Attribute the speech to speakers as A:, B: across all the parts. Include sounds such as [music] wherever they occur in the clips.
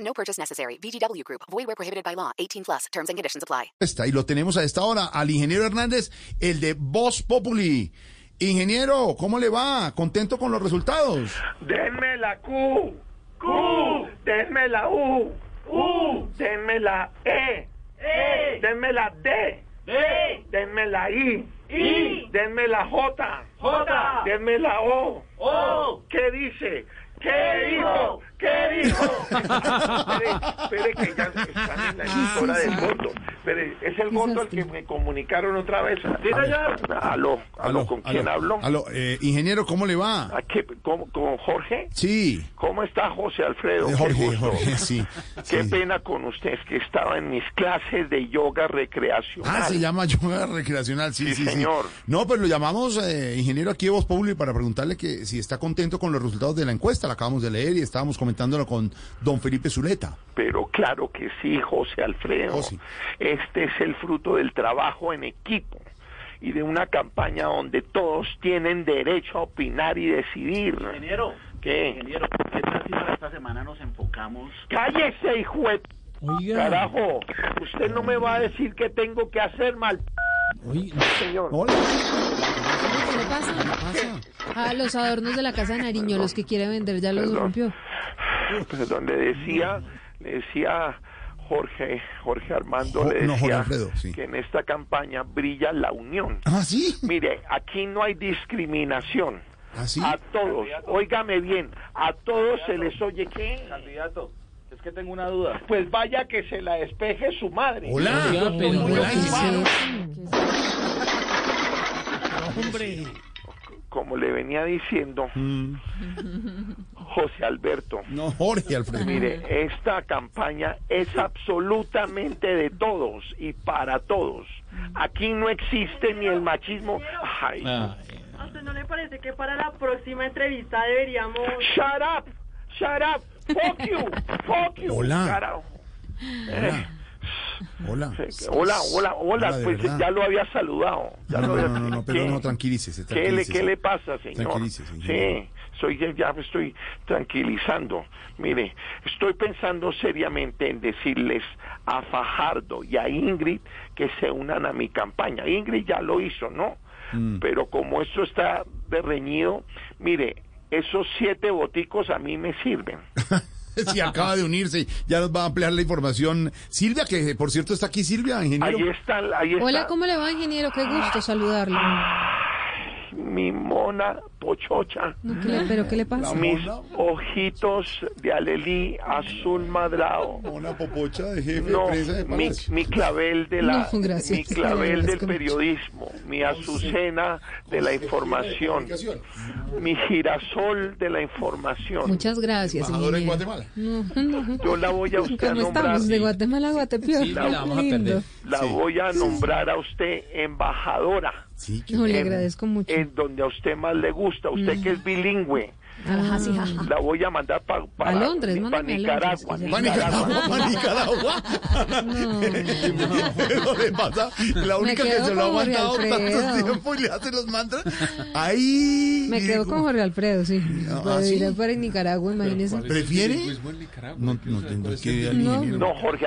A: No purchase necessary. VGW Group. Void where prohibited by law. 18 plus. Terms and conditions apply.
B: Está, y lo tenemos a esta hora al ingeniero Hernández, el de Voz Populi. Ingeniero, ¿cómo le va? ¿Contento con los resultados?
C: Denme la Q. Q. Denme la U. U. Denme la E. E. Denme la D. D. Denme la I. I. Denme la J. J. Denme la O. O. ¿Qué dice? ¿Qué dijo? ¿Qué dijo? Espere, espere que ya están en la emisora del gordo. Espere, es el gordo el que me comunicaron otra vez. Aló, aló, ¿con quién hablo?
B: Aló, eh, ingeniero, ¿cómo le va?
C: ¿A qué- ¿Con, con Jorge?
B: Sí,
C: ¿Cómo está José Alfredo?
B: eh,
C: Qué
B: Jorge,
C: gusto.
B: Jorge,
C: [laughs]
B: sí.
C: Qué
B: sí.
C: pena con usted, es que estaba en mis clases de yoga recreacional.
B: Ah, se llama yoga recreacional, sí, sí,
C: Sí,
B: sí.
C: señor.
B: No, pues lo llamamos, eh, ingeniero, aquí de Voz Populi para preguntarle que si está contento con los resultados de la encuesta. La acabamos de leer y estábamos comentándolo con don Felipe Zuleta.
C: Pero claro que sí, José Alfredo.
B: Oh, sí.
C: Este es el fruto del trabajo en equipo y de una campaña donde todos tienen derecho a opinar y decidir.
D: Ingeniero,
C: ¿Qué?
D: ingeniero, ¿por ¿qué tal si para esta semana nos enfocamos?
C: ¡Cállese, hijo de...
E: Oiga,
C: Carajo, usted no me va a decir qué tengo que hacer mal,
E: oiga,
C: señor.
B: Hola.
F: ¿Qué le pasa? Ah, los adornos de la casa de Nariño, los que quiere vender, ya los
C: Perdón.
F: rompió.
C: Perdón, le Pues, decía, le decía Jorge, Jorge Armando,
B: Jo-
C: le decía
B: no, Jorge Alfredo, sí.
C: que en esta campaña brilla la unión.
B: Ah, sí.
C: Mire, aquí no hay discriminación.
B: Ah, sí.
C: A todos, óigame bien, a todos se les oye que...
D: Candidato, es que tengo una duda.
C: Pues vaya que se la despeje su madre.
B: Hola.
E: oiga, pero
F: Pero,
B: hola,
F: ¿qué es
B: Gisela.
F: eso? ¿Qué es eso?
E: hombre,
C: Como le venía diciendo
B: Mm.
C: José Alberto,
B: No, Jorge Alfredo.
C: Mire, esta campaña es absolutamente de todos y para todos. Aquí no existe ni el machismo. Ay,
E: ah,
G: ¿A usted no le parece que para la próxima entrevista deberíamos...
C: shut up, shut up, fuck you, fuck you.
B: Hola.
C: carajo.
B: Hola. Hola.
C: Hola, hola, hola,
B: Hola, de
C: pues
B: verdad.
C: ya lo había saludado. Ya
B: No,
C: lo
B: no,
C: había-
B: no, no, no, pero
C: ¿Qué?
B: no, tranquilícese,
C: ¿Qué le,
B: tranquilícese.
C: ¿Qué le pasa, señor?
B: Tranquilícese, ingeniero.
C: Sí, soy, ya- ya me estoy tranquilizando. Mire, estoy pensando seriamente en decirles a Fajardo y a Ingrid que se unan a mi campaña. Ingrid ya lo hizo, ¿no? Pero como esto está de reñido, mire, esos siete boticos a mí me sirven.
B: [laughs] Si acaba de unirse, ya nos va a ampliar la información. Silvia, que por cierto está aquí Silvia, ingeniero.
C: Ahí están, ahí está.
F: Hola, ¿cómo le va, ingeniero? Qué gusto saludarlo.
C: Mi mona pochocha.
F: No, ¿qué le- ¿Pero qué le pasa?
C: Mis ojitos de alelí azul madrado.
B: Hola, popocha de jefe
C: No,
B: de prensa de
C: mi,
B: Palacio.
C: mi clavel de la
F: [laughs] No, gracias,
C: mi
F: te
C: clavel del
F: agradezco mucho.
C: periodismo, mi
B: Ah,
C: azucena de la información, mi girasol de la información.
F: Muchas gracias,
B: Embajador en
F: ingeniero.
B: Guatemala.
F: No, no,
C: Yo la voy a usted a
F: nunca no
C: nombrar,
F: estamos de Guatemala a Guatepeor.
E: Sí, la vamos a perder.
F: Lindo.
C: la
B: Sí.
C: voy a nombrar a usted embajadora
B: Sí, qué [laughs]
F: No, le
C: En-
F: agradezco mucho.
C: en donde a usted más le gusta, usted que es bilingüe.
F: Ajá, sí, Mm. ajá.
C: La voy a mandar pa- para
F: Londres,
C: para
F: mándame a Londres,
C: Nicaragua.
F: que ya-
B: Va a Nicaragua, va a Nicaragua. [laughs]
F: No.
B: Pero le pasa, la
F: Me
B: única que
F: quedo
B: se lo ha
F: con Jorge
B: mandado tanto
F: Alfredo.
B: tiempo y le hace los mantras. Ahí.
F: Me quedo con Jorge Alfredo, sí. Pero
B: ¿sí?
F: iré para Nicaragua, imagínese.
B: ¿Prefiere? No, no tengo que ir al
F: No.
B: ingeniero.
C: No, Jorge,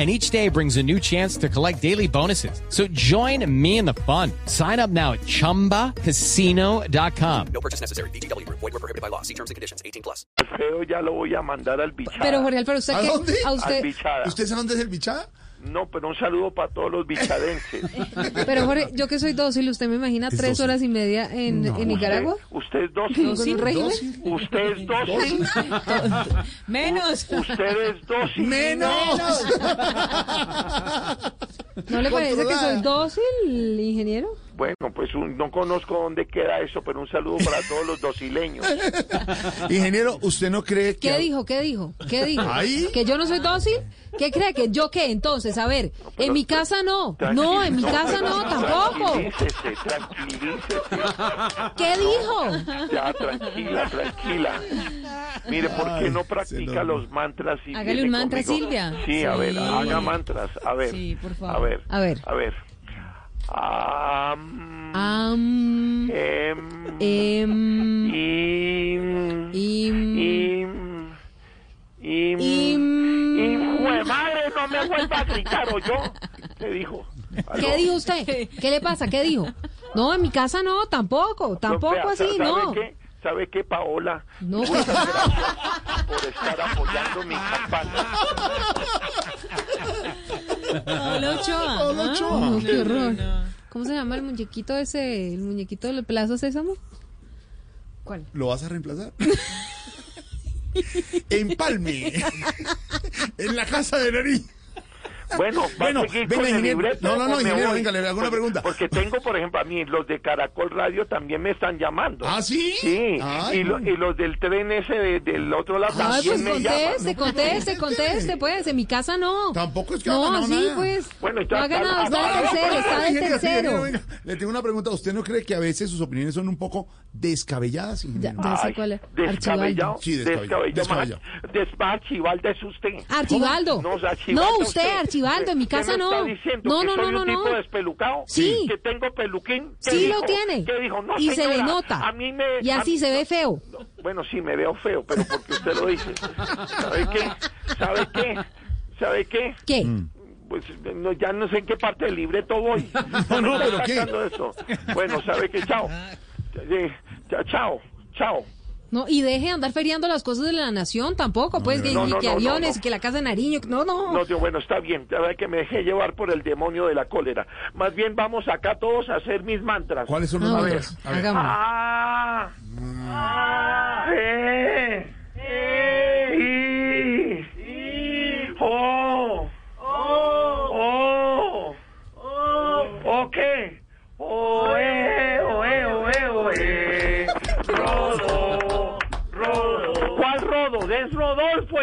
H: And each day brings a new chance to collect daily bonuses. So join me in the fun. Sign up now at chumbacasino.com.
C: Alfredo ya lo voy a mandar al bichada.
F: Pero Jorge Alfredo, ¿usted
B: ¿A
F: qué?
B: dónde?
F: ¿A
C: al
F: usted?
C: bichada.
B: ¿Usted sabe dónde es el bichada?
C: No, pero un saludo para todos
B: [laughs]
C: los bichadenses.
F: Pero Jorge, yo que soy dócil, ¿usted me imagina
B: Es
F: tres
B: dócil.
F: horas y media en, en Nicaragua?
C: ¿Usted es
F: ¿Con
C: dócil?
F: un régimen?
C: ¿Usted es dócil?
E: Menos.
C: ¿Usted es dócil?
B: ¡Menos!
F: ¿No le parece que
B: Controlada.
F: soy dócil, ingeniero?
C: Bueno, pues un- no conozco dónde queda eso, pero un saludo para todos los docileños.
B: [laughs] Ingeniero, ¿usted no cree que...
F: ¿Qué dijo? ¿Qué dijo?
C: [laughs]
F: ¿Qué dijo?
B: Ahí.
F: ¿Que yo no soy dócil? ¿Qué cree? ¿Que yo qué? Entonces, a ver,
C: pero
F: en mi
C: usted-
F: casa no. No, en mi casa no, tampoco.
C: Tranquilícese, tranquilícese.
F: ¿Qué dijo?
C: Ya, tranquila, tranquila. Mire, ¿por qué no practica
B: se lo-
C: los mantras? y
E: Hágale
C: viene
E: un mantra,
C: conmigo?
E: Silvia.
C: Sí, a ver,
E: Sí.
C: haga mantras. A ver.
E: Sí, por favor.
C: A ver.
F: A ver.
C: A ver. Am,
F: Am,
C: em,
F: em,
C: im,
F: im,
C: im, im,
F: im.
C: Hijo de madre, no me vuelva a gritar, ¿o yo? ¿Qué dijo? Aló.
F: ¿Qué dijo usted? ¿Qué le pasa? ¿Qué dijo? No, en mi casa no, tampoco, tampoco
C: Vea,
F: así,
C: ¿sabe
F: no.
C: Qué? ¿Sabe qué, Paola?
F: No.
C: Muchas gracias por estar apoyando mi campaña.
E: Hola, Ochoa.
B: Hola,
E: Ah,
B: Ochoa.
F: No, qué horror.
E: no.
F: ¿Cómo se llama el muñequito ese? ¿El muñequito del Plaza Sésamo? ¿Cuál?
B: ¿Lo vas a
F: [laughs]
B: reemplazar? Empalme. [laughs] en la casa de Nariz.
C: Bueno, va
B: Bueno,
C: a seguir
B: venga,
C: con el
B: ingeniero.
C: libreto.
B: No, no, no,
C: o me
B: ingeniero,
C: voy?
B: venga, le hago una
C: Porque-
B: pregunta.
C: Porque tengo, por ejemplo, a mí, los de Caracol Radio también me están llamando.
B: ¿Ah, sí?
C: Sí,
B: Ay.
C: y, lo- y los del tren ese de- del otro lado
F: Ay,
C: también
F: pues
C: me
F: conteste,
C: llaman.
F: conteste, conteste, pues. En mi casa no.
B: Tampoco es que ha
F: No,
B: ganado
F: sí,
B: nada.
F: pues.
C: Bueno,
F: no
C: está-
F: ha ganado, está de
C: Ah,
F: tercero, está de
B: Ingeniero, ingeniero,
F: tercero.
B: venga. Le tengo una pregunta. ¿Usted no cree que a veces sus opiniones son un poco descabelladas,
F: Ya,
B: ingeniero?
F: ya sé
C: Ay,
F: cuál es.
C: Descabellado.
F: Archibaldo.
B: Sí, descabellado,
C: Descabellado. Desparchivalda es usted.
F: Archibaldo.
C: No, o sea, Archibaldo,
F: No, usted, Archibaldo, en mi
C: ¿Qué
F: casa
C: me
F: no.
C: Está diciendo
F: No,
C: que
F: no, no,
C: soy
F: no,
C: un tipo
F: no.
C: despelucado,
F: Sí.
C: que tengo peluquín. ¿Qué
F: Sí
C: dijo?
F: lo tiene.
C: ¿Qué dijo? No,
F: y se le
C: señora,
F: nota.
C: A mí me
F: y
C: a
F: así
C: mí-
F: se ve feo.
C: Bueno, sí, me veo feo, pero porque usted lo dice. ¿Sabe qué? ¿Sabe qué? ¿Sabe qué?
F: ¿Qué?
C: Pues no, ya no sé en qué parte del libreto voy.
B: [laughs] No, no,
C: Me está
B: pero ¿qué?
C: sacando eso. Bueno, ¿sabe qué?
B: [laughs]
C: Chao. Eh, ya, Chao, chao.
F: No, y deje de andar feriando las cosas de la nación tampoco, pues, que,
C: no,
F: y
C: no,
F: que
C: no, no,
F: aviones,
C: no.
F: y que la casa de Nariño, no, no.
C: No, tío, bueno, está bien, la verdad que me dejé llevar por el demonio de la cólera. Más bien vamos acá todos a hacer mis mantras.
B: ¿Cuáles son los
F: Ah,
B: nombres?
F: bueno, hagámoslo.
C: Ah, ah, eh, eh, i, i, oh, oh, oh, ¿o qué? Oh, eh, oh, eh, oh, eh, oh, eh, Rodo, Rodo. ¿Cuál Rodo? Es Rodolfo,